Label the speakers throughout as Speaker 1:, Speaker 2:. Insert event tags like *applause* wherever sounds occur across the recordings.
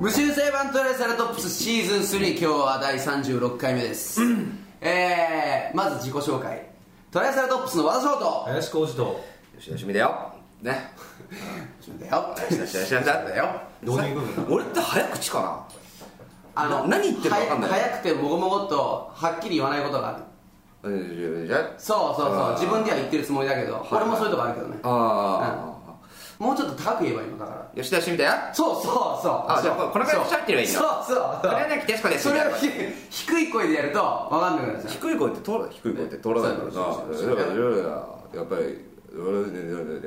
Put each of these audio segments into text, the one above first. Speaker 1: 無修正版トライサラトップスシーズン3今日は第36回目です、えー、まず自己紹介トライサラトップスの和田翔と
Speaker 2: 林浩二と
Speaker 3: しよしみだよね
Speaker 1: ちょっとだよ
Speaker 3: よしよしよしだよ
Speaker 2: どういう部分
Speaker 3: 俺って早口かな
Speaker 1: あの
Speaker 3: な何言ってるか分かんない
Speaker 1: は早くてもごもごっとはっきり言わないことがある
Speaker 3: あ
Speaker 1: そうそうそう
Speaker 3: あー
Speaker 1: 自分では言ってるつもりだけど、
Speaker 3: い
Speaker 1: 俺もそういうとこあるけどね
Speaker 3: あ
Speaker 1: もうちょっと高く言えばいいのだから
Speaker 3: ー吉田しみだよ
Speaker 1: そうそうそう
Speaker 3: あじゃあ
Speaker 1: そう
Speaker 3: これこれぐらい喋ってればいい
Speaker 1: そ
Speaker 3: の
Speaker 1: うそうそう
Speaker 3: これはね徹子です
Speaker 1: それをひ低い声でやると分かんなくなるじゃん
Speaker 3: 低い声って通ら低い声って通らないからな
Speaker 1: そうそうそう
Speaker 3: やっぱり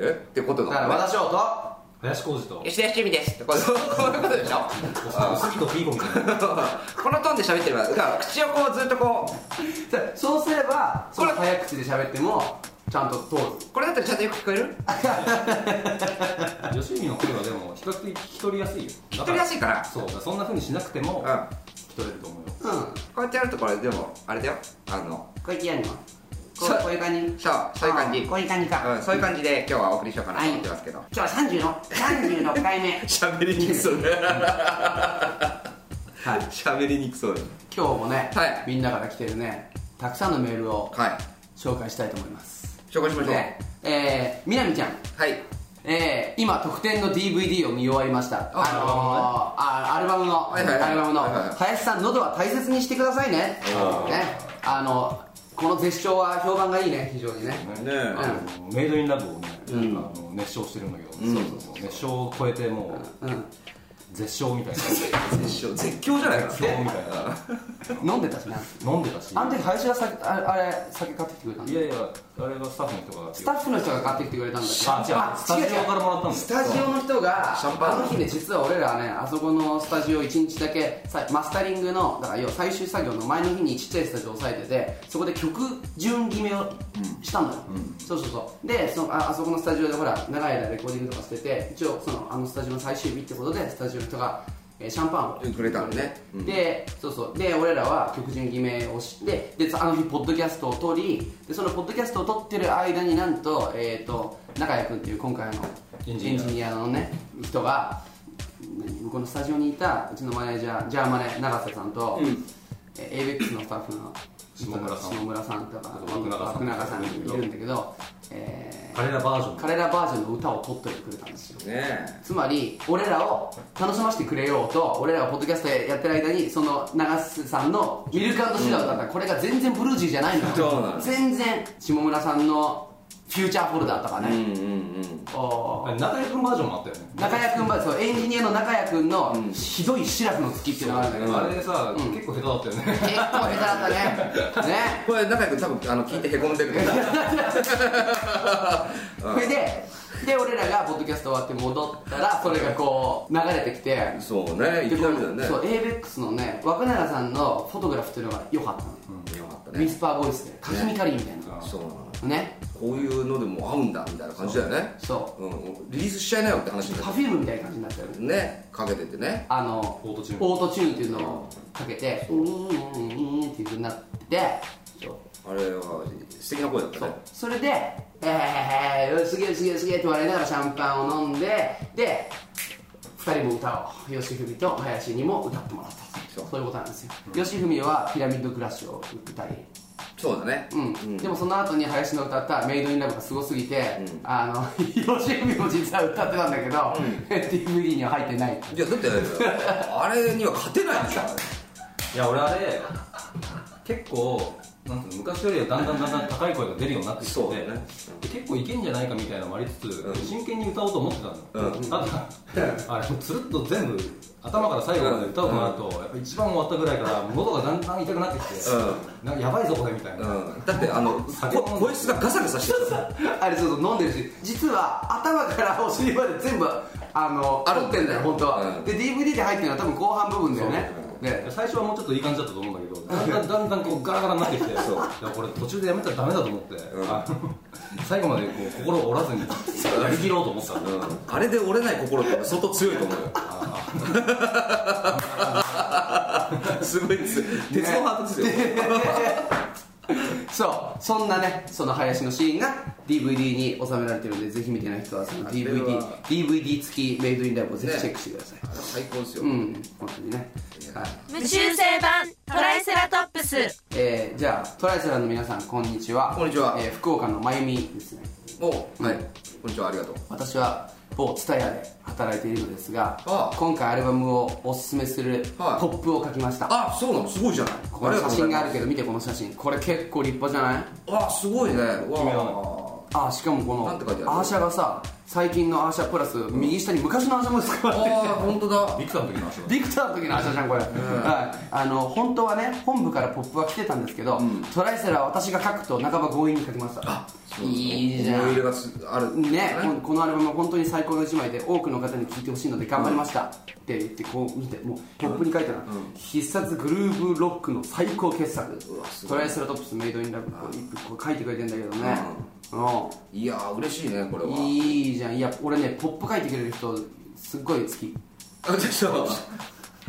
Speaker 3: えってこと
Speaker 1: だ
Speaker 3: だ
Speaker 1: か
Speaker 3: からら
Speaker 1: 私をと
Speaker 2: 林浩二と
Speaker 3: 吉田しみですってこうこういうことでしょ
Speaker 2: おすぎとピーコみたいな
Speaker 3: このトーンで喋ってればだから口をこうずっとこ
Speaker 1: そうすればそ
Speaker 3: これ
Speaker 1: の早口で喋ってもちゃんと通る
Speaker 3: うこれだったらちゃんとよく聞こえる
Speaker 2: 吉住の声はでも比較的聞き取りやすいよ
Speaker 3: 聞き取りやすいから
Speaker 2: そうだからそんなふうにしなくても
Speaker 3: うん
Speaker 2: 聞き取れると思うよ
Speaker 1: うん
Speaker 3: こうやってやるとこれでもあれだよあの
Speaker 1: こうやってやるのこ
Speaker 3: そう
Speaker 1: うこういう感じ
Speaker 3: そうそういう感じ
Speaker 1: あーこういう感じか
Speaker 3: うん、そういう感じで今日はお送りしようかなと思ってますけど
Speaker 1: 今日は30の36回目
Speaker 3: 喋りにく *laughs* そうね
Speaker 1: はい
Speaker 3: 喋りにくそうね
Speaker 1: 今日もね、
Speaker 3: *laughs* はい
Speaker 1: みんなから来てるねたくさんのメールを
Speaker 3: はい
Speaker 1: 紹介したいと思います
Speaker 3: 紹介しましょう
Speaker 1: ねえー、みなみちゃん
Speaker 3: はい
Speaker 1: えー、今特典の DVD を見終わりましたあのー、あアルバムの、
Speaker 3: はいはいはい
Speaker 1: アルバムの、
Speaker 3: はいはいはい
Speaker 1: 林さん喉は大切にしてくださいねねあのこの絶唱は評判がいいね非常にね
Speaker 3: ね
Speaker 2: あのメイドインラブをねあの熱唱してるんだけどそうそう熱唱を超えても
Speaker 1: うん
Speaker 2: う絶唱みたいな
Speaker 3: *laughs* 絶叫絶叫じゃないか
Speaker 2: 絶叫みたいな
Speaker 1: 飲んでたしな
Speaker 2: 飲んでたし
Speaker 1: あの時林が酒あれあれ酒買ってきてくれたん
Speaker 2: いやいやあれはスタッフの人が
Speaker 1: スタッフの人が買ってきてくれたんだ
Speaker 2: あ違うスタジオからもらったんだよ
Speaker 1: スタジオの人が
Speaker 3: シャンパン
Speaker 1: あの日ね実は俺らねあそこのスタジオ1日だけさマスタリングのだから要は最終作業の前の日にちっちゃいスタジオ押さえててそこで曲順決めをしたのよ、そうそうそうでそのああそこのスタジオでほら長い間レコーディングとかしてて一応そのあのスタジオの最終日ってことでスタジオの人が、えーシャンパンを
Speaker 3: くれたのねうん
Speaker 1: でそうそうで俺らは曲順決めをしてであの日ポッドキャストを撮りでそのポッドキャストを撮ってる間になんと,、えー、と中谷君っていう今回のエ
Speaker 2: エ
Speaker 1: ン
Speaker 2: ン
Speaker 1: ジ
Speaker 2: ジニア
Speaker 1: ニアのね人が何向こうのスタジオにいたうちのマネージャージャーマネ永瀬さんと、えー、ABEX のスタッフの
Speaker 2: 下村さん
Speaker 1: 下村さんとか
Speaker 2: 涌永さん
Speaker 1: 涌永さんいるんだけど、え
Speaker 2: 彼らバージョン
Speaker 1: ー彼らバージョンの歌を撮っといてくれたんですよ
Speaker 3: ね
Speaker 1: つまり俺らを楽しませてくれようと俺らがポッドキャストやってる間にその長瀬さんのミルクシュガーだったらこれが全然ブルージーじゃないの
Speaker 3: そうな
Speaker 1: よ
Speaker 3: の
Speaker 1: 全然下村さんのフューチャーフォルダーとか
Speaker 3: うん
Speaker 1: ね、
Speaker 3: うんうん
Speaker 1: おー
Speaker 2: 中居君バージョンもあったよね
Speaker 1: 中谷君はそうエンジニアの中谷君のひどいシラフの月っていうのがあるんだけど
Speaker 3: うん
Speaker 2: あれでさ、結構下手だったよね
Speaker 1: 結構下手だった
Speaker 3: *laughs*
Speaker 1: ねね
Speaker 3: これ中居君多分あの聞いてへこんでるけど
Speaker 1: それでで俺らがポッドキャスト終わって戻ったらそれがこう流れてきて
Speaker 3: そうねいきなりだよね
Speaker 1: そう ABEX のね若永さんのフォトグラフっていうのが良かったのよ
Speaker 3: よかった
Speaker 1: ウィ
Speaker 3: ね
Speaker 1: スパーボイスでかすみかりんみたい
Speaker 2: *laughs*
Speaker 1: な
Speaker 3: そうなの
Speaker 1: ね
Speaker 3: こういうのでも合うんだみたいな感じだよね
Speaker 1: そ
Speaker 3: うんリリースしちゃいなよって話
Speaker 1: う
Speaker 3: にな
Speaker 1: パ
Speaker 3: っ
Speaker 1: フュームみたいな感じになってる
Speaker 3: てねかけててね
Speaker 1: あの
Speaker 2: オートチューン
Speaker 1: オートチューンっていうのをかけてうーんうんうんうんっていう風になってて
Speaker 3: あれは素敵な声だった
Speaker 1: そう
Speaker 3: ね
Speaker 1: それで「えー、すげえすげえすげえ」って笑いながらシャンパンを飲んでで2人も歌を吉文と林にも歌ってもらった
Speaker 3: そう
Speaker 1: そういうことなんですよ吉文は「ピラミッドクラッシュ」を歌い
Speaker 3: そうだね
Speaker 1: うんでもその後に林の歌った「メイドインラブ」がすごすぎて、あの *laughs* 吉文も実は歌ってたんだけど、DVD *laughs* には入ってない
Speaker 3: いやだってあれには勝てないでしょ
Speaker 2: いや俺あれ結構なんていうの昔よりはだんだんだんだん高い声が出るようになってきてて
Speaker 3: そうだよね
Speaker 2: で結構いけんじゃないかみたいなのもありつつ、
Speaker 3: うん
Speaker 2: 真剣に歌おうと思ってたのよ、
Speaker 3: うん
Speaker 2: ただあれもうつるっと全部頭から最後まで歌うとなると、やっぱ一番終わったぐらいから喉がだんだん痛くなってきて、なんかやばいぞこれみたいな、
Speaker 3: うんだってあのここいつがガサガサしてたさ
Speaker 1: あれちょっと飲んでるし実は頭からお尻まで全部あの
Speaker 3: ある
Speaker 1: 撮ってんだよ本当は、
Speaker 3: うん
Speaker 1: で DVD で入ってるのは多分後半部分だよね *laughs* で
Speaker 2: 最初はもうちょっといい感じだったと思うんだけどだんだんだんだんこうガラガラになってきて
Speaker 3: そう
Speaker 2: いやこれ途中でやめたらダメだと
Speaker 3: *laughs*
Speaker 2: 思って、あの最後までこう心を折らずにやりきろうと思ってたの
Speaker 3: うんあれで折れない心って相当強いと思う
Speaker 1: *laughs*
Speaker 3: よすごいです鉄のハートですよ
Speaker 1: そうそんなねその林のシーンが DVD に収められてるんでぜひ見てない人はその DVD,
Speaker 3: これは
Speaker 1: DVD 付きメイドインライブをぜひチェックしてください、
Speaker 3: 最高ですよ、
Speaker 1: うん本当にね、はい
Speaker 4: 無修正版トライセラトップス
Speaker 1: えーじゃあトライセラの皆さんこんにちは
Speaker 3: こんにちは
Speaker 1: えー福岡のまゆみですね
Speaker 3: おはいこんにちはありがとう
Speaker 1: 私は某ツタヤで働いているのですが
Speaker 3: ああ
Speaker 1: 今回アルバムをおすすめするポ
Speaker 3: はい
Speaker 1: ップを書きました、
Speaker 3: あそうなのすごいじゃない
Speaker 1: ここに写真があるけ
Speaker 3: ど
Speaker 1: ど見てこの写真これ結構立派じゃない
Speaker 3: あすごいね
Speaker 2: めな
Speaker 3: わ
Speaker 1: ああしかもこの
Speaker 3: なんて書いてある
Speaker 1: アーシャがさ最近のアーシャプラス右下に昔のアーシャも使
Speaker 3: ああ
Speaker 1: われて
Speaker 3: ー本当だ
Speaker 2: ビクターの時の足だ
Speaker 1: ビクターの時のアーシャじゃんこれ、はいあの本当はね本部からポップは来てたんですけど、トライセラは私が書くと半ば強引に書きましたいいじゃん
Speaker 3: 思い入れがすある
Speaker 1: ね、ここのアルバムは本当に最高の一枚で多くの方に聴いてほしいので頑張りました、って言ってこう見てもうポップに書いたら、必殺グルーブロックの最高傑作
Speaker 3: わすご
Speaker 1: ト
Speaker 3: い
Speaker 1: ライセラトップスメイドインラブこうこう書いてくれてんだけどね、うん
Speaker 3: いやー嬉しいねこれはい
Speaker 1: いじゃんいや俺ねポップ書いてくれる人すっごい好き
Speaker 3: あでしょ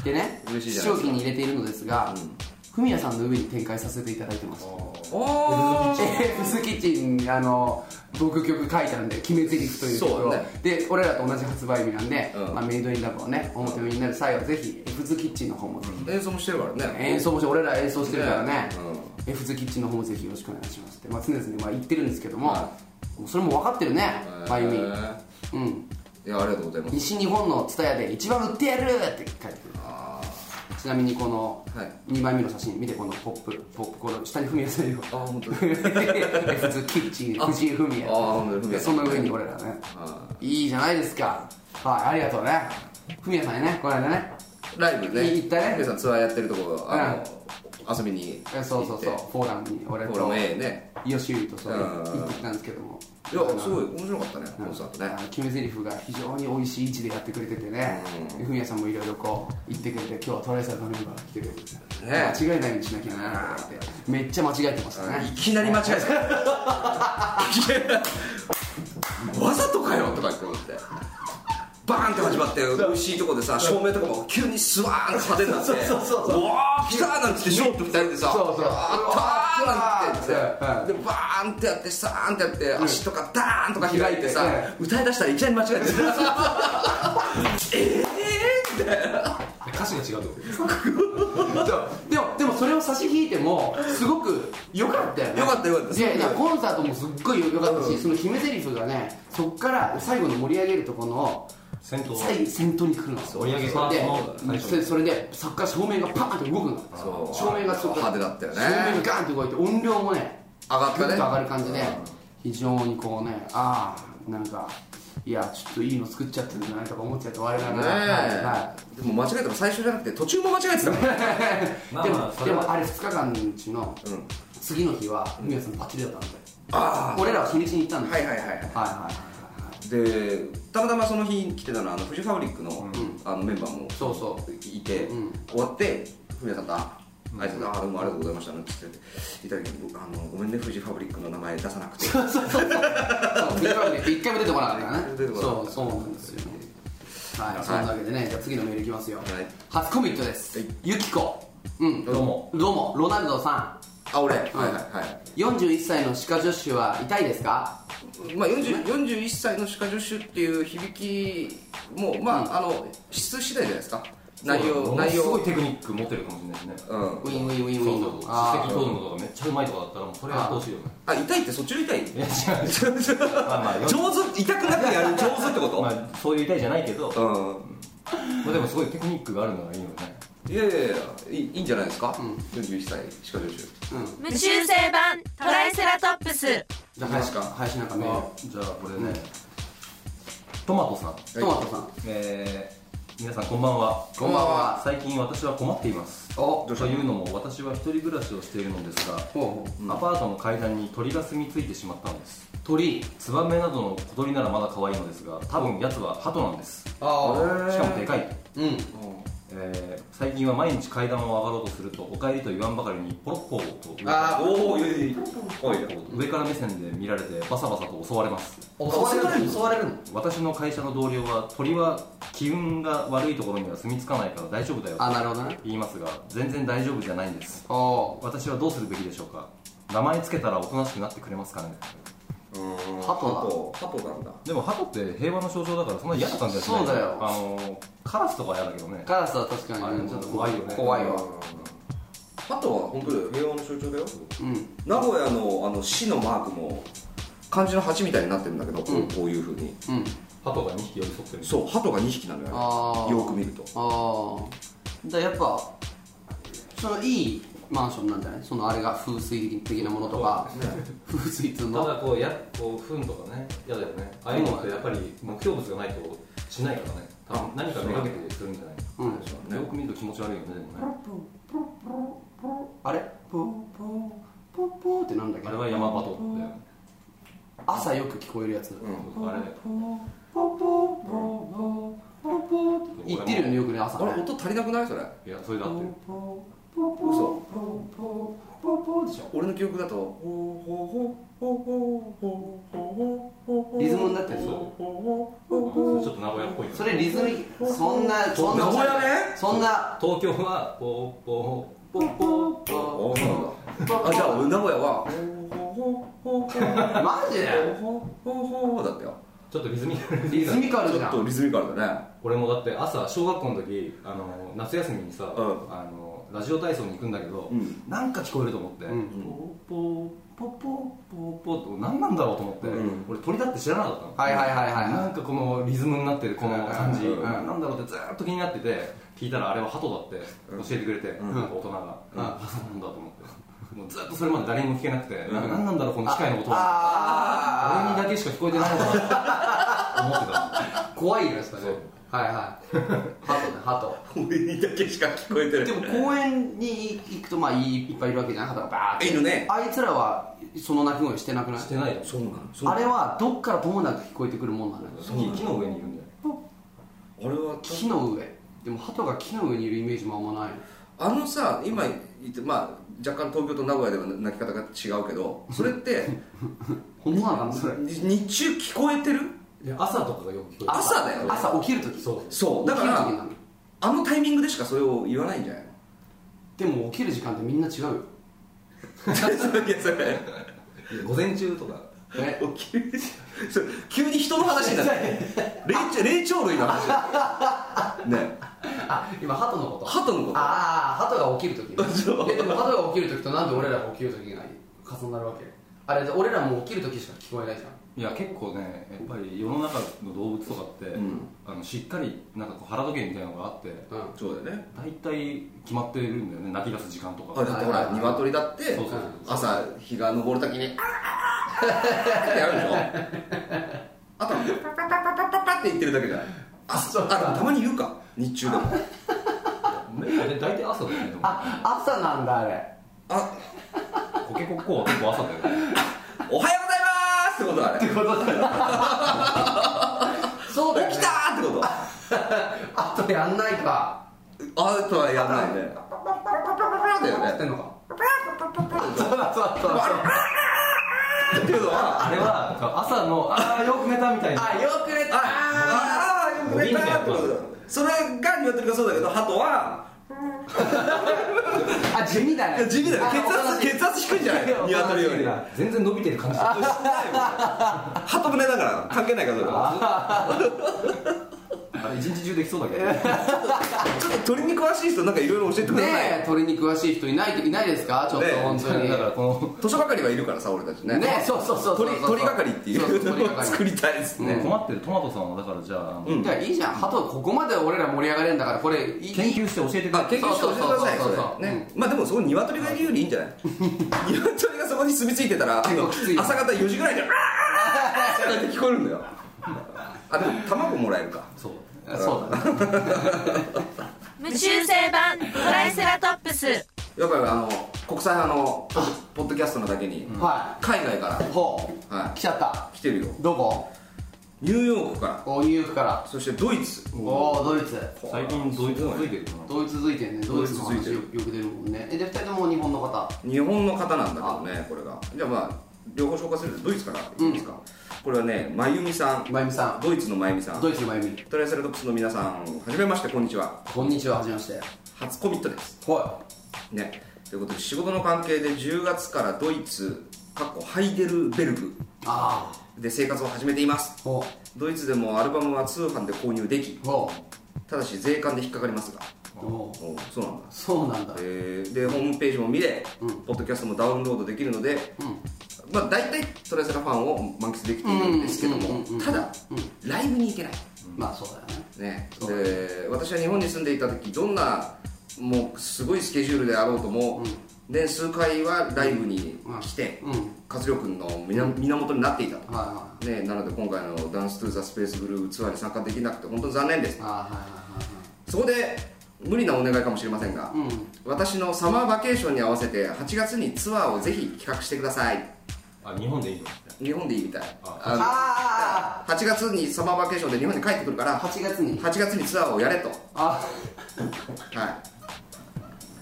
Speaker 1: でね
Speaker 3: 嬉しいじゃ
Speaker 1: 試
Speaker 3: ない
Speaker 1: 聴
Speaker 3: ですか
Speaker 1: 機に入れているのですがフミヤさんの上に展開させていただいてます
Speaker 3: おー
Speaker 1: えー、フスキッチンあの僕曲書いたんで「決め台詞という曲
Speaker 3: そう
Speaker 1: を
Speaker 3: だね
Speaker 1: で俺らと同じ発売日なんで、
Speaker 3: うん
Speaker 1: まあ、メイドインラブをね表になる際はぜひ F ズキッチンの方もぜひ、
Speaker 3: 演奏もしてるからね
Speaker 1: 演奏もして俺ら演奏してるからね、
Speaker 3: う
Speaker 1: F ズキッチンの方もぜひよろしくお願いしますって、まあ、常々まあ言ってるんですけども、もうそれも分かってるね
Speaker 3: えー
Speaker 1: まゆみうん
Speaker 3: いやありがとうございます
Speaker 1: 西日本の蔦屋で一番売ってやるって書いてくる
Speaker 3: あ
Speaker 1: ちなみにこの
Speaker 3: はい
Speaker 1: 2枚目の写真見てこのポップポップこの下に踏みやすいよ
Speaker 3: ーあー本当
Speaker 1: *laughs*
Speaker 3: に
Speaker 1: F ズキッチン藤井フミヤ
Speaker 3: あー本当にフミヤ
Speaker 1: その上に俺らね
Speaker 3: あ
Speaker 1: いいじゃないですかはいありがとうねフミヤさんにねこの間ね
Speaker 3: ーライブね
Speaker 1: 行ったね
Speaker 3: 皆さんツアーやってるとこあの遊びに
Speaker 1: えそうそうそうフォーラムに俺
Speaker 3: ほらも
Speaker 1: と
Speaker 3: うええね
Speaker 1: 吉井とそう
Speaker 3: うん
Speaker 1: 行ってきたんですけども
Speaker 3: いやすごい面白かったねコンサートね
Speaker 1: あの決め台詞が非常に美味しい位置でやってくれててねでフミヤさんもいろいろこう言ってくれて今日はトライサーのメンバーが来てくれて
Speaker 3: ね
Speaker 1: 間違いないようにしなきゃなってめっちゃ間違えてましたね
Speaker 3: いきなり間違えたわざとかよとか言って思ってバーンって始まって美味しいとこでさ照明とかも急にスワーンって派手になってうわー来たーなんつってショーって二人でさ
Speaker 1: そうそう
Speaker 3: あったーなんて言って
Speaker 1: う
Speaker 3: でバーンってやってさーンってやって足とかダーンとか開いてさ
Speaker 1: 開いて
Speaker 3: 歌い出したらいきなり間違
Speaker 1: *laughs*
Speaker 3: えて
Speaker 2: 歌詞が違うってこと
Speaker 1: でもでもそれを差し引いてもすごく良かったよね
Speaker 3: よかったよかった
Speaker 1: いやいやコンサートもすっごい良かったし、その決め台詞がねそっから最後の盛り上げるところの
Speaker 2: 戦闘
Speaker 1: 最先頭に来るの
Speaker 2: 盛り上げパー
Speaker 1: で
Speaker 2: トの最初
Speaker 1: それそれでそっから照明がパーンって動くの
Speaker 3: そう
Speaker 1: 照明がそっから
Speaker 3: 派手だったよね
Speaker 1: 照明がガーンって動いて音量もね
Speaker 3: 上がったね
Speaker 1: グッと上がる感じで
Speaker 3: うん
Speaker 1: 非常にこうねああなんかいやちょっといいの作っちゃってるんじゃないとか思っちゃって我ながらはいはい
Speaker 3: でも間違えても最初じゃなくて途中も間違えてたもんね
Speaker 2: まあ
Speaker 1: で
Speaker 2: ま
Speaker 1: も
Speaker 2: あそ
Speaker 1: で
Speaker 2: れは
Speaker 1: もあれ2日間のうちの
Speaker 3: ん
Speaker 1: 次の日は海野さんパッチリだったんで
Speaker 3: あ
Speaker 1: 俺らは日にちに行ったん
Speaker 3: あ
Speaker 1: で
Speaker 3: は
Speaker 1: す
Speaker 3: い
Speaker 1: よ
Speaker 3: はいはいはい
Speaker 1: はいはい
Speaker 3: でたまたまその日来てたのはあのフジファブリックの,、あのメンバーも
Speaker 1: そうそう
Speaker 3: いて、
Speaker 1: うん
Speaker 3: 終わってフミヤさんとあ挨拶あどうもありがとうございました」なんて言っていただけどあのごめんねフジファブリックの名前出さなくて
Speaker 1: そうビッグバンで一回も出てこなかったからね
Speaker 3: 出てこなか
Speaker 1: そ
Speaker 3: っ
Speaker 1: うそうなんですよはいそんなわけでねじゃあ次のメールいきますよ
Speaker 3: い
Speaker 1: 初コミットです
Speaker 3: はい
Speaker 1: ゆきこうん
Speaker 2: どうも
Speaker 1: どうもロナルドさん
Speaker 3: あ俺、はいはいはい
Speaker 1: 41歳の歯科助手は痛いですか
Speaker 3: まあ、40 41歳の歯科助手っていう響きもまあ,、あの質次第じゃないですか内容内
Speaker 2: すごい
Speaker 3: 容
Speaker 2: テクニック持ってるかもしれないですね
Speaker 3: うん
Speaker 1: ウィンウィンウィンウ
Speaker 2: そう
Speaker 1: ィン
Speaker 2: そうそう
Speaker 1: あ
Speaker 2: 歯石取るのとかめっちゃうまいとかだったらもうそれやってほしいよね
Speaker 3: あ痛いってそっちの痛い
Speaker 2: いや違う違うまあまあよ
Speaker 3: *laughs* 上手痛くなくやる上手ってこと、
Speaker 2: *laughs* まあそういう痛いじゃないけど
Speaker 3: うん
Speaker 2: まあでもすごいテクニックがあるのがいいよね
Speaker 3: いやいやいやいいいいんじゃないですか、41歳歯科助手
Speaker 1: ーうん
Speaker 4: 無修正版トライセラトップス
Speaker 1: じゃあ
Speaker 3: いいで
Speaker 1: 林
Speaker 3: すか
Speaker 1: 林なんかメー
Speaker 2: あ
Speaker 1: ル
Speaker 2: じゃあこれねトマトさん
Speaker 1: トマトさん
Speaker 2: えー皆さんこんばんは
Speaker 1: こんばんは
Speaker 2: 最近私は困っています
Speaker 1: お
Speaker 2: というのも私は一人暮らしをしているのですが
Speaker 1: ほうほう
Speaker 2: アパートの階段に鳥が住み着いてしまったのです
Speaker 1: 鳥
Speaker 2: ツバメなどの小鳥ならまだ可愛いのですが多分やつは鳩なんですし
Speaker 1: ああ
Speaker 2: かもでかい、
Speaker 1: うん
Speaker 2: えー最近は毎日階段を上がろうとするとお帰りと言わんばかりにポロッポーと上から
Speaker 1: あ
Speaker 3: おおいやいやいやおい
Speaker 2: 上から目線で見られてバサバサと襲われます
Speaker 1: 襲われるの襲われるの
Speaker 2: 私の会社の同僚は鳥は気運が悪いところには住み着かないから大丈夫だよと
Speaker 1: あなるほどね
Speaker 2: 言いますが全然大丈夫じゃないんです
Speaker 1: お
Speaker 2: 私はどうするべきでしょうか名前つけたらおとなしくなってくれますかね
Speaker 3: 鳩だ鳩なんだ
Speaker 2: でも鳩って平和の象徴だからそんな嫌な感じはしない
Speaker 1: そうだよ
Speaker 2: あのカラスとかは嫌だけどね
Speaker 1: カラスは確か
Speaker 2: あれ
Speaker 1: に
Speaker 2: も
Speaker 1: ちょっと
Speaker 2: 怖いよね
Speaker 1: 怖いわ
Speaker 3: 鳩は本当だよ平和の象徴だよ
Speaker 1: うん
Speaker 3: 名古屋のあの市のマークも漢字の8みたいになってるんだけど、こう
Speaker 1: うん
Speaker 3: こういうふうに
Speaker 1: うん
Speaker 2: 鳩が2匹寄り添ってる
Speaker 3: そう鳩が2匹なのよ
Speaker 1: ああ
Speaker 3: よく見ると
Speaker 1: ああだからやっぱそのいいマンションなんじゃないそのあれが風水的なものとか、風水っていう
Speaker 2: た
Speaker 1: の
Speaker 2: だこうやこう糞とかね嫌だよねああいうのってやっぱり目標物がないとしないからね多分何か目がけてするんじゃない
Speaker 1: うん
Speaker 3: ね
Speaker 2: よく見ると気持ち悪いよねでもね
Speaker 1: あれポーポーポーポーってなんだっけ
Speaker 2: あれは山鳩だよね
Speaker 1: 朝よく聞こえるやつ、
Speaker 2: あれ
Speaker 1: ポーポーポーポーポーポーって言ってるよねよくね朝
Speaker 3: あれ
Speaker 1: ね
Speaker 3: 音足りなくないそれ
Speaker 2: いやそれだってる
Speaker 1: ポーポーポー
Speaker 3: 嘘
Speaker 1: ポーポーポーポーでしょ
Speaker 3: 俺の記憶だとほうほうほうほうほうほうほうほうほう
Speaker 1: リズムになってる
Speaker 2: そう
Speaker 3: ほう
Speaker 2: ちょっと名古屋っぽいよね
Speaker 1: それリズムそんなそん
Speaker 3: 名
Speaker 1: な
Speaker 3: 古屋ね
Speaker 1: そんな
Speaker 2: 東京はポーポ
Speaker 1: ポーポーポー
Speaker 3: あそうなんだ
Speaker 1: ポー
Speaker 3: あじゃあ俺名古屋は
Speaker 1: マジで
Speaker 3: だったよ
Speaker 2: ーちょっとリズミ
Speaker 1: リズミカル
Speaker 3: ち
Speaker 1: じ
Speaker 3: ょ
Speaker 1: ゃ
Speaker 3: っと
Speaker 1: ん
Speaker 3: リズミカルだね
Speaker 2: 俺もだって朝小学校の時あの夏休みにさ、
Speaker 3: うん
Speaker 2: あのラジオ体操に行くんだけど、
Speaker 3: うん
Speaker 2: なんか聞こえると思って、
Speaker 1: ん
Speaker 2: ポーポーポーポーポーポーって何なんだろうと思って、
Speaker 3: うん
Speaker 2: 俺鳥だって知らなかったの、
Speaker 1: はいはいはいはい
Speaker 2: なんかこのリズムになってるこの感じ、
Speaker 3: うん
Speaker 2: なんだろうってずーっと気になってて聞いたらあれは鳩だって教えてくれて、なんか大人が、
Speaker 1: うん
Speaker 2: あそうなんだと思ってもうずっとそれまで誰にも聞けなくて、なん、何なんだろうこの機械の音は
Speaker 1: あ
Speaker 2: 俺にだけしか聞こえてないのかなって思ってたの
Speaker 1: あ怖いよそれはいはい鳩ね鳩
Speaker 3: 俺にだけしか聞こえてる
Speaker 1: でも公園に行くとまあいいいっぱいいるわけじゃない鳩がバーって
Speaker 3: 犬ね
Speaker 1: あいつらはその鳴き声してなくない
Speaker 2: してないよ
Speaker 3: そうなのそうな
Speaker 1: あ
Speaker 3: の
Speaker 1: れはどっからともなく聞こえてくるもんなのよ
Speaker 2: 木木の上にいるんだよ
Speaker 3: あれは
Speaker 1: 木の上でも鳩が木の上にいるイメージもあんまない
Speaker 3: あのさ今言ってまあ若干東京と名古屋では泣き方が違うけどそれって
Speaker 1: 本当なのかなそれ
Speaker 3: に日中聞こえてる
Speaker 2: で朝とかがよく聞こえる
Speaker 3: 朝だよ
Speaker 1: 朝起きるとき
Speaker 2: そう
Speaker 3: そうだから
Speaker 1: 起きる時なの
Speaker 3: あのタイミングでしかそれを言わないんじゃないの
Speaker 1: でも起きる時間ってみんな違うよ
Speaker 3: いやそれ
Speaker 2: 午前中とか
Speaker 1: *laughs* え
Speaker 3: 急にそれ *laughs* 急に人の話になって霊長霊長類の話ね
Speaker 1: あ今鳩のこと
Speaker 3: 鳩のこと
Speaker 1: ああ鳩が起きる *laughs* とき
Speaker 3: そう
Speaker 1: でも鳩が起きるときとなんで俺らが起きるときが重なるわけあれで俺らも起きるときしか聞こえないじゃん
Speaker 2: いや結構ねやっぱり世の中の動物とかって、
Speaker 3: うん
Speaker 2: あのしっかりなんかこう腹時計みたいなのがあって
Speaker 1: うん
Speaker 3: そうだよね
Speaker 2: 大体決まってるんだよね泣き出す時間と
Speaker 3: あ
Speaker 2: か
Speaker 3: だってほら鶏だって
Speaker 2: そうそう
Speaker 3: 朝日が昇るときに「あーってやるでしょあとは「パパパパパパ」って言ってるだけじゃないあそうあたまに言うか日中でも
Speaker 2: で大体朝だよねでも
Speaker 1: あ朝なんだあ *laughs* れ
Speaker 3: あ
Speaker 2: コケコッコーは結構朝だよね
Speaker 3: おはようございますってことあれ起
Speaker 1: そうだよ、ね、
Speaker 3: きたーってこと
Speaker 1: あとやんないか
Speaker 3: あとはやらないねパパパパパパだよ
Speaker 1: やって
Speaker 3: ね
Speaker 1: んのかそうだそうだそうだ
Speaker 3: っていうのは
Speaker 2: あれは朝のああよく寝たみたいな
Speaker 1: あよく寝た
Speaker 3: ああ
Speaker 2: 伸びみたいなことだ
Speaker 3: それが鶏がそうだけど鳩は
Speaker 1: あ地味だね
Speaker 3: 地味だよ
Speaker 1: あ
Speaker 3: 血圧血圧低いんじゃない鶏より
Speaker 2: 全然伸びてる感じだ
Speaker 3: 鳩胸だから関係ないからそれは
Speaker 2: あれ一日中できそうだけどね
Speaker 3: ちょっと鳥に詳しい人なんかいろいろ教えてください
Speaker 1: ねえ鳥に詳しい人いないいないですかちょっと
Speaker 3: ねえ
Speaker 1: 本当に
Speaker 2: だからこの
Speaker 3: 図書係はいるからさ俺たちね
Speaker 1: ねえそうそうそうそう
Speaker 3: 鳥鳥係ってい
Speaker 1: そうそう
Speaker 3: う
Speaker 1: 鳥
Speaker 3: のを
Speaker 1: 係 *laughs*
Speaker 3: 作りたいですね、
Speaker 2: ね困ってるトマトさんはだからじゃああの
Speaker 3: うん
Speaker 1: いやいいじゃん鳩ここまで俺ら盛り上がれんだからこれいい
Speaker 2: 研究して教えてくれ
Speaker 3: あ研究して教えてください
Speaker 1: そ
Speaker 3: そう
Speaker 1: そうそう
Speaker 3: れ
Speaker 1: そう
Speaker 3: ね、まあでもそこに鶏がいるよりいいんじゃない
Speaker 1: *laughs*
Speaker 3: 鶏がそこに住み着いてたらあ
Speaker 1: 結
Speaker 3: の
Speaker 1: 構 *laughs* きついよ
Speaker 3: 朝方4時ぐらいに「あーって聞こえるんだよあでも卵もらえるか
Speaker 2: そう
Speaker 1: そうだね
Speaker 4: 無修正版トライセラトップス
Speaker 3: やっぱりあの国際派のポッポッドキャストのだけに、
Speaker 1: は
Speaker 3: 海外か
Speaker 1: いほう
Speaker 3: ら、は
Speaker 1: 来ちゃった
Speaker 3: い、来てるよ
Speaker 1: どこ
Speaker 3: ニューヨークから
Speaker 1: おニューヨークから
Speaker 3: そしてドイツ
Speaker 1: おおドイツ
Speaker 2: 最近ドイツ続いてるかな
Speaker 1: ドイツ続いてるねドイツの
Speaker 3: ド
Speaker 1: 話
Speaker 3: イツ続
Speaker 1: よ
Speaker 3: い
Speaker 1: く出るもんねえで2人とも日本の方
Speaker 3: 日本の方なんだけどねこれがじゃあまあ両方紹介するとドイツからいいですか、これはねまゆみさん
Speaker 1: まゆみさ
Speaker 3: ドイツのまゆみさ
Speaker 1: ん
Speaker 3: ん
Speaker 1: ドイツのまゆみ
Speaker 3: トライセラトプスの皆さんはじめましてこんにちは
Speaker 1: こんにちははじめまして
Speaker 3: 初コミットです
Speaker 1: は
Speaker 3: ねということで仕事の関係で10月からドイツかっこハイデルベルグ
Speaker 1: あ
Speaker 3: で生活を始めています
Speaker 1: あほ
Speaker 3: ドイツでもアルバムは通販で購入でき
Speaker 1: うほ
Speaker 3: ただし税関で引っかかりますが
Speaker 1: うほう
Speaker 3: おうそうなんだ
Speaker 1: そうなんだ
Speaker 3: えーでホームページも見れ、ポッドキャストもダウンロードできるので、まあ、大体トライセラファンを満喫できているんですけど
Speaker 1: うんうん
Speaker 3: も
Speaker 1: うんうん
Speaker 3: ただ、ライブに行けない、
Speaker 1: まあそうだよね
Speaker 3: ね、で私は日本に住んでいた時どんなもうすごいスケジュールであろうとも、年数回はライブに来て、
Speaker 1: うんはい
Speaker 3: 活力の源源になっていたと、
Speaker 1: は
Speaker 3: ね、なので今回の「ダンス・トゥ・ザ・スペース・ブルー」ツアーに参加できなくて本当に残念で
Speaker 1: い
Speaker 3: す
Speaker 1: ああは
Speaker 3: そこで無理なお願いかもしれません
Speaker 1: い
Speaker 3: が、
Speaker 1: はいはいうん
Speaker 3: 私のサマーバケーションに合わせて8月にツアーをぜひ企画してください
Speaker 2: あ日本でいいの
Speaker 3: 日本でいいみたい
Speaker 2: あ
Speaker 1: あ
Speaker 3: あ
Speaker 1: あ
Speaker 3: の8月にサマーバケーションで日本に帰ってくるか
Speaker 1: あ
Speaker 3: ら
Speaker 1: 8月に
Speaker 3: 8月にツアーをやれと、は
Speaker 1: あ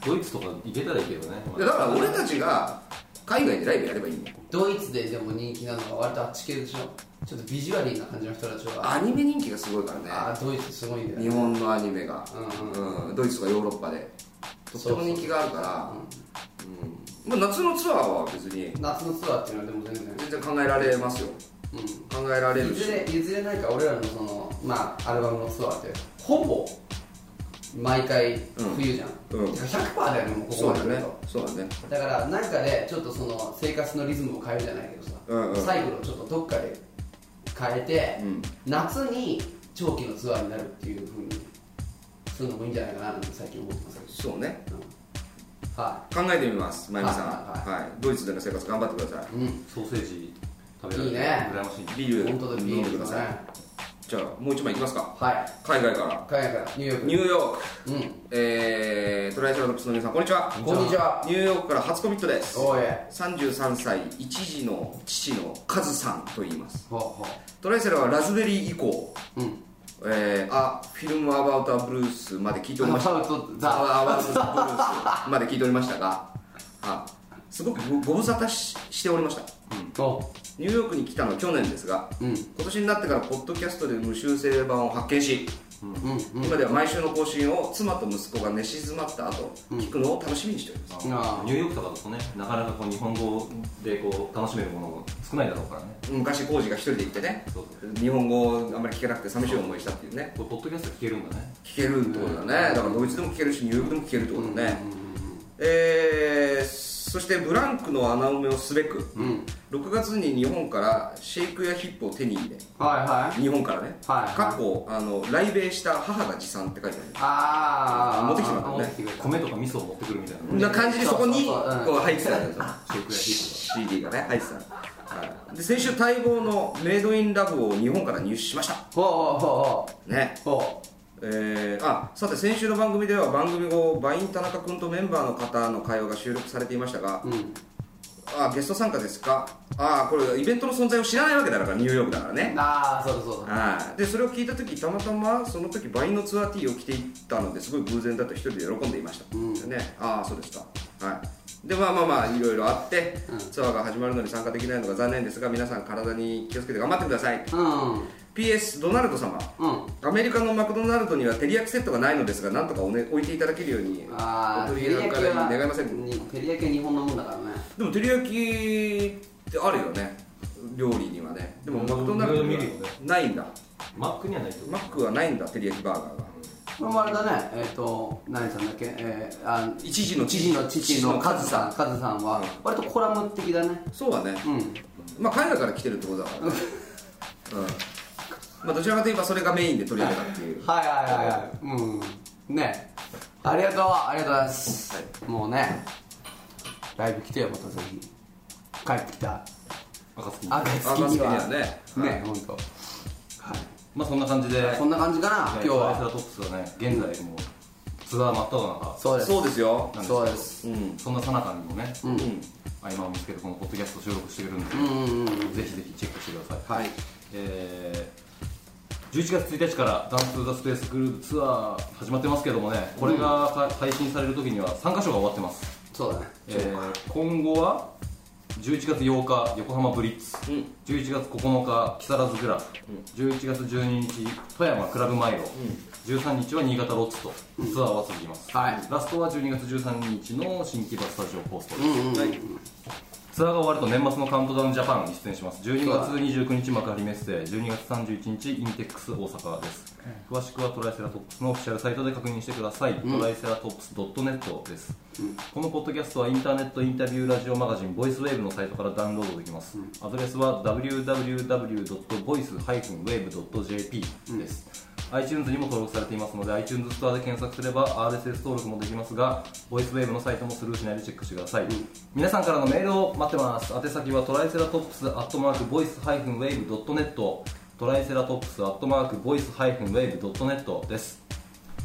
Speaker 2: ドイツとか行けたらいいけどね
Speaker 3: い、でだから俺たちが海外でライブやればいいんだよ
Speaker 1: ドイツででも人気なのが割とあっち系でしょちょっとビジュアリーな感じの人たちが
Speaker 3: アニメ人気がすごいから
Speaker 1: あ
Speaker 3: ね
Speaker 1: あドイツすごいんだよ
Speaker 3: 日
Speaker 1: ね
Speaker 3: 本のアニメが、
Speaker 1: うんう
Speaker 3: うんドイツとかヨーロッパでとって
Speaker 1: そう
Speaker 3: も
Speaker 1: そう
Speaker 3: 人気があるから、うんまあ、夏のツアーは別に
Speaker 1: 夏のツアーっていうのはでも全然
Speaker 3: 全然考えられますよ
Speaker 1: うん
Speaker 3: 考えられる
Speaker 1: いず
Speaker 3: し
Speaker 1: れいずれなんか俺らのそのまあアルバムのツアーってほぼ毎回冬じゃん、
Speaker 3: うんうん
Speaker 1: てか100%だよねもうここ
Speaker 3: そう
Speaker 1: まで
Speaker 3: だ
Speaker 1: 来る
Speaker 3: ね
Speaker 1: と
Speaker 3: そうだね
Speaker 1: だからなんかでちょっとその生活のリズムを変えるじゃないけどさ、
Speaker 3: うんうん
Speaker 1: 最後のちょっとどっかで変えて、
Speaker 3: うん
Speaker 1: 夏に長期のツアーになるっていうふうにするのもいいんじゃないかななんて最近思ってますけ
Speaker 3: そうね
Speaker 1: ど、うんは
Speaker 3: 考えてみます、まゆみさん、
Speaker 1: は
Speaker 3: はいいドイツでの生活頑張ってくださ
Speaker 1: いうん
Speaker 2: ソーセージ食べられ
Speaker 1: いい
Speaker 2: て
Speaker 1: ね
Speaker 2: 羨ましいね
Speaker 3: い。ビール
Speaker 1: 本当だビ
Speaker 3: 飲ん
Speaker 1: ー
Speaker 3: で
Speaker 1: ル
Speaker 3: く
Speaker 1: だ
Speaker 3: だ
Speaker 1: ね
Speaker 3: さい。じゃあもう一枚いきますか。
Speaker 1: はい
Speaker 3: 海外から
Speaker 1: 海外からニューヨーク
Speaker 3: ニューヨー
Speaker 1: う
Speaker 3: ク、
Speaker 1: ん
Speaker 3: えー、トライセラトプスの皆さんこんにちは。
Speaker 1: こんにちは
Speaker 3: ニューヨークから初コミットです。
Speaker 1: おーえ
Speaker 3: 三十三歳一児の父のカズさんと言います。
Speaker 1: ほうほ
Speaker 3: トライセラはラズベリー以降、
Speaker 1: ううん
Speaker 3: えー、あフィルムアバウターブルースまで聞いておりました。
Speaker 1: アバウトザ
Speaker 3: アバウターブルースまで聞いておりましたが、あすごくごご無沙汰ししておりました。
Speaker 1: お
Speaker 3: ニューヨークに来たのは去年ですが
Speaker 1: うん
Speaker 3: 今年になってからポッドキャストで無修正版を発見し、
Speaker 1: うん
Speaker 3: 今では毎週の更新を妻と息子が寝静まった後、聞くのを楽しみにしております
Speaker 2: あ
Speaker 1: あー
Speaker 2: ニューヨークとかだとねなかなかこう日本語でこう楽しめるものも少ないだろうからね
Speaker 3: 昔浩二が一人で行ってね
Speaker 2: そう
Speaker 3: 日本語をあんまり聞けなくて寂しい思いしたっていうね
Speaker 2: これポッドキャスト聞けるんだね
Speaker 3: 聞けるってことだねだからドイツでも聞けるしニューヨークでも聞けるってことだねえーそしてブランクの穴埋めをすべく、6月に日本からシェイクやヒップを手に入れ
Speaker 1: はいはい
Speaker 3: 日本からね、
Speaker 1: はいはい
Speaker 3: かっこあの来米した母が持参って書いてある
Speaker 1: ああ
Speaker 3: 持ってきてもらった
Speaker 2: 米
Speaker 3: ね
Speaker 2: とか味噌を持ってくるみたいなね
Speaker 3: な感じでそこに
Speaker 1: そうそうそううん
Speaker 3: こう入ってたんですよ
Speaker 2: シェイクやヒッ
Speaker 3: CD がね入ってたはいで先週待望のメイドインラブを日本から入手しました
Speaker 1: ほうほうほ
Speaker 3: ね
Speaker 1: うほ
Speaker 3: えーあさて先週の番組では番組後バイン田中君とメンバーの方の会話が収録されていましたが
Speaker 1: ううん
Speaker 3: あゲスト参加ですかあこれイベントの存在を知らないわけだからニューヨークだからね
Speaker 1: ああそうだそうだ
Speaker 3: はいでそれを聞いた時たまたまその時バインのツアー T を着ていったのですごい偶然だと一人で喜んでいました、ね、ああそうですかはいでまあまあまあいろいろあって、ツアーが始まるのに参加できないのが残念ですが皆さん体に気をつけて頑張ってください
Speaker 1: うんうん
Speaker 3: PS ドナルド様アメリカのマクドナルドにはテリヤキセットがないのですがなんとかお、ね、置いていただけるように
Speaker 1: ああ
Speaker 3: お取り入れから願いません
Speaker 1: 照り焼きは日本のもんだからね
Speaker 3: でもテリヤキってあるよね料理にはねでもマクドナルドにはないんだ
Speaker 2: プマックにはないってこと
Speaker 3: マックはないんだテリヤキバーガーが
Speaker 1: これもあれだねえっ、と何さんだっけえー、あ
Speaker 3: 一時の
Speaker 1: 父の父のカズさんカズさんは割とコラム的だね
Speaker 3: そうだね、
Speaker 1: うん
Speaker 3: まあ海外から来てるってことだからね、うんまあ、どちらかといえばそれがメインで取り上げたっていう
Speaker 1: はいはいはいはいうんねありがとうありがとうございます、もうねライブ来てよまたぜひ帰ってきた
Speaker 2: 赤
Speaker 1: 赤月
Speaker 2: 月
Speaker 1: には
Speaker 3: 赤月にはね
Speaker 1: ね、
Speaker 3: はい
Speaker 1: 本当。はい、
Speaker 2: まあそんな感じで
Speaker 1: そんな感じかな、
Speaker 2: 今
Speaker 1: 今
Speaker 2: 日
Speaker 1: 日
Speaker 2: はアイスラ
Speaker 1: は
Speaker 2: トップスはね現在もうツアー真っ只中
Speaker 1: そうです
Speaker 3: そうですよ
Speaker 2: なん
Speaker 1: そうです
Speaker 3: うんうん
Speaker 2: そんなさなかにもね、
Speaker 1: ん
Speaker 2: 合間を見つけてこのポッドキャストを収録してくれるんで、
Speaker 1: うんうんうん
Speaker 2: ぜひぜひチェックしてください、
Speaker 1: はい
Speaker 2: えー11月1日から「ダンス・トゥ・ザ・スペース・グループツアー始まってますけどもねこれがさ配信される時には3箇所が終わってます、
Speaker 1: そうだね
Speaker 2: えー今後は11月8日横浜ブリッツ、
Speaker 3: うん
Speaker 2: 11月9日木更津グラフ、11月12日富山クラブマイロ、13日は新潟ロッツとツアーは続きます、
Speaker 1: はい
Speaker 2: ラストは12月13日の新木場スタジオポストです、
Speaker 1: うんうん
Speaker 3: はい
Speaker 2: ツアーが終わると年末のカウントダウンジャパンに出演します12月29日幕張メッセ12月31日インテックス大阪です、詳しくはトライセラトップスのオフィシャルサイトで確認してください、トライセラトップス .net です、このポッドキャストはインターネットインタビューラジオマガジンボイスウェーブのサイトからダウンロードできます、アドレスは www.voice-wave.jp です、iTunes にも登録されていますので iTunes ストアで検索すれば RSS 登録もできますが VoiceWave のサイトもスルーしないでチェックしてください、皆さんからのメールを待ってます宛先はトライセラトップスアットマーク Voice-Wave.net トライセラトップスアットマーク Voice-Wave.net です、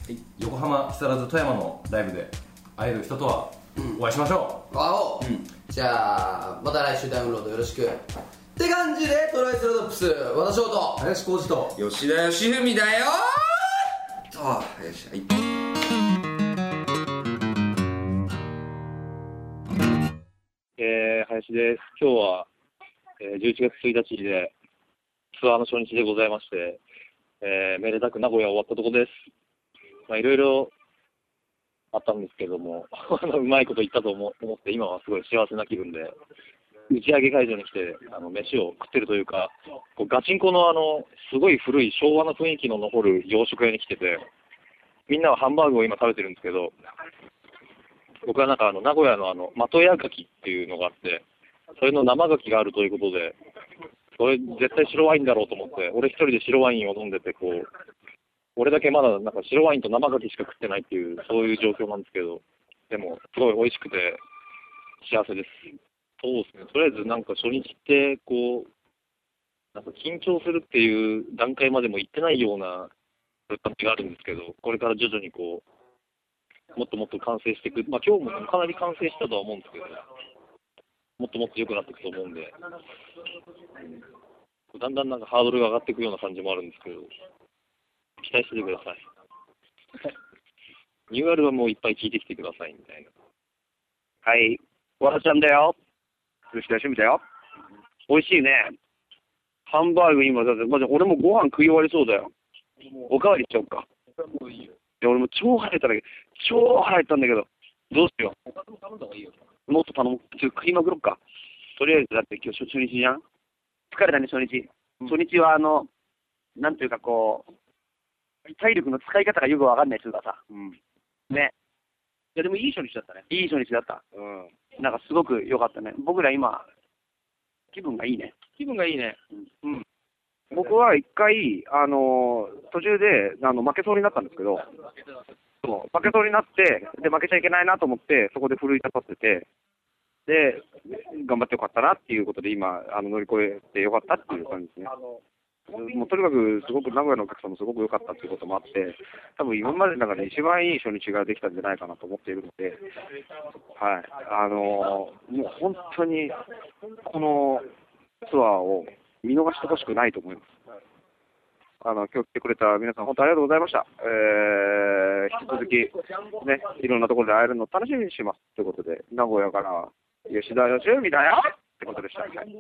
Speaker 3: はい
Speaker 2: 横浜木更津富山のライブで会える人とはお会いしましょ
Speaker 1: わお、じゃあまた来週ダウンロードよろしくって感じでトライセラトップス私翔と
Speaker 2: う、林浩二と
Speaker 3: 吉田義文だよーああよしはい
Speaker 5: えー林です。今日は、えー11月1日でツアーの初日でございまして、えー、めでたく名古屋終わったとこです。まあ、いろいろあったんですけども、 *laughs* あのうまいこと言ったと思思って、今はすごい幸せな気分で、打ち上げ会場に来て、あの飯を食ってるというか、こうガチンコのあのすごい古い昭和の雰囲気の残る洋食屋に来てて、みんなはハンバーグを今食べてるんですけど、僕はなんかあの名古屋のあの的屋柿っていうのがあって、それの生柿があるということで、それ絶対白ワインだろうと思って、俺一人で白ワインを飲んでて、こう、俺だけまだなんか白ワインと生柿しか食ってないっていう、そういう状況なんですけど、でも、すごい美味しくて、幸せです。そうですね、とりあえずなんか初日って、こう、なんか緊張するっていう段階までも行ってないような感じがあるんですけど、これから徐々にこう、もっともっと完成していく、まあ今日もかなり完成したとは思うんですけど、もっともっと良くなっていくと思うんで、うんだんだんなんかハードルが上がっていくような感じもあるんですけど、期待しててください。ニューアルバムをいっぱい聴いてきてくださいみたいな。
Speaker 6: はい。わらちゃんだよ。吉田趣味だよ。美味しいね。ハンバーグ今だって、まず俺もご飯食い終わりそうだよ。おかわりしようか。いや、俺も超腹減ったんだけど、超腹減ったんだけど、どうしよう。もっと頼む。ちょっと食いまくろっか。とりあえずだって今日初初日じゃん疲れたね、初日。初日はあの、なんていうかこう、体力の使い方がよくわかんない人がさ。ね。いや、でもいい初日だったね。いい初日だった。なんかすごく良かったね。僕ら今、気分がいいね。
Speaker 5: 気分がいいね。
Speaker 6: うん。僕は一回、あの途中であの負けそうになったんですけど、そう負けそうになって、で、負けちゃいけないなと思って、そこで奮い立たせて、で、頑張ってよかったなっていうことで、今、あの乗り越えてよかったっていう感じですね。もうとにかく、すごく名古屋のお客さんもすごく良かったっていうこともあって、多分今までの中で一番いい初日ができたんじゃないかなと思っているので、はい、あのーもう本当にこのツアーを見逃してほしくないと思います。あの今日来てくれた皆さん、本当ありがとうございました。えー、引き続き、ね、いろんなところで会えるのを楽しみにしますということで、名古屋から吉田義みだよってことでした。はい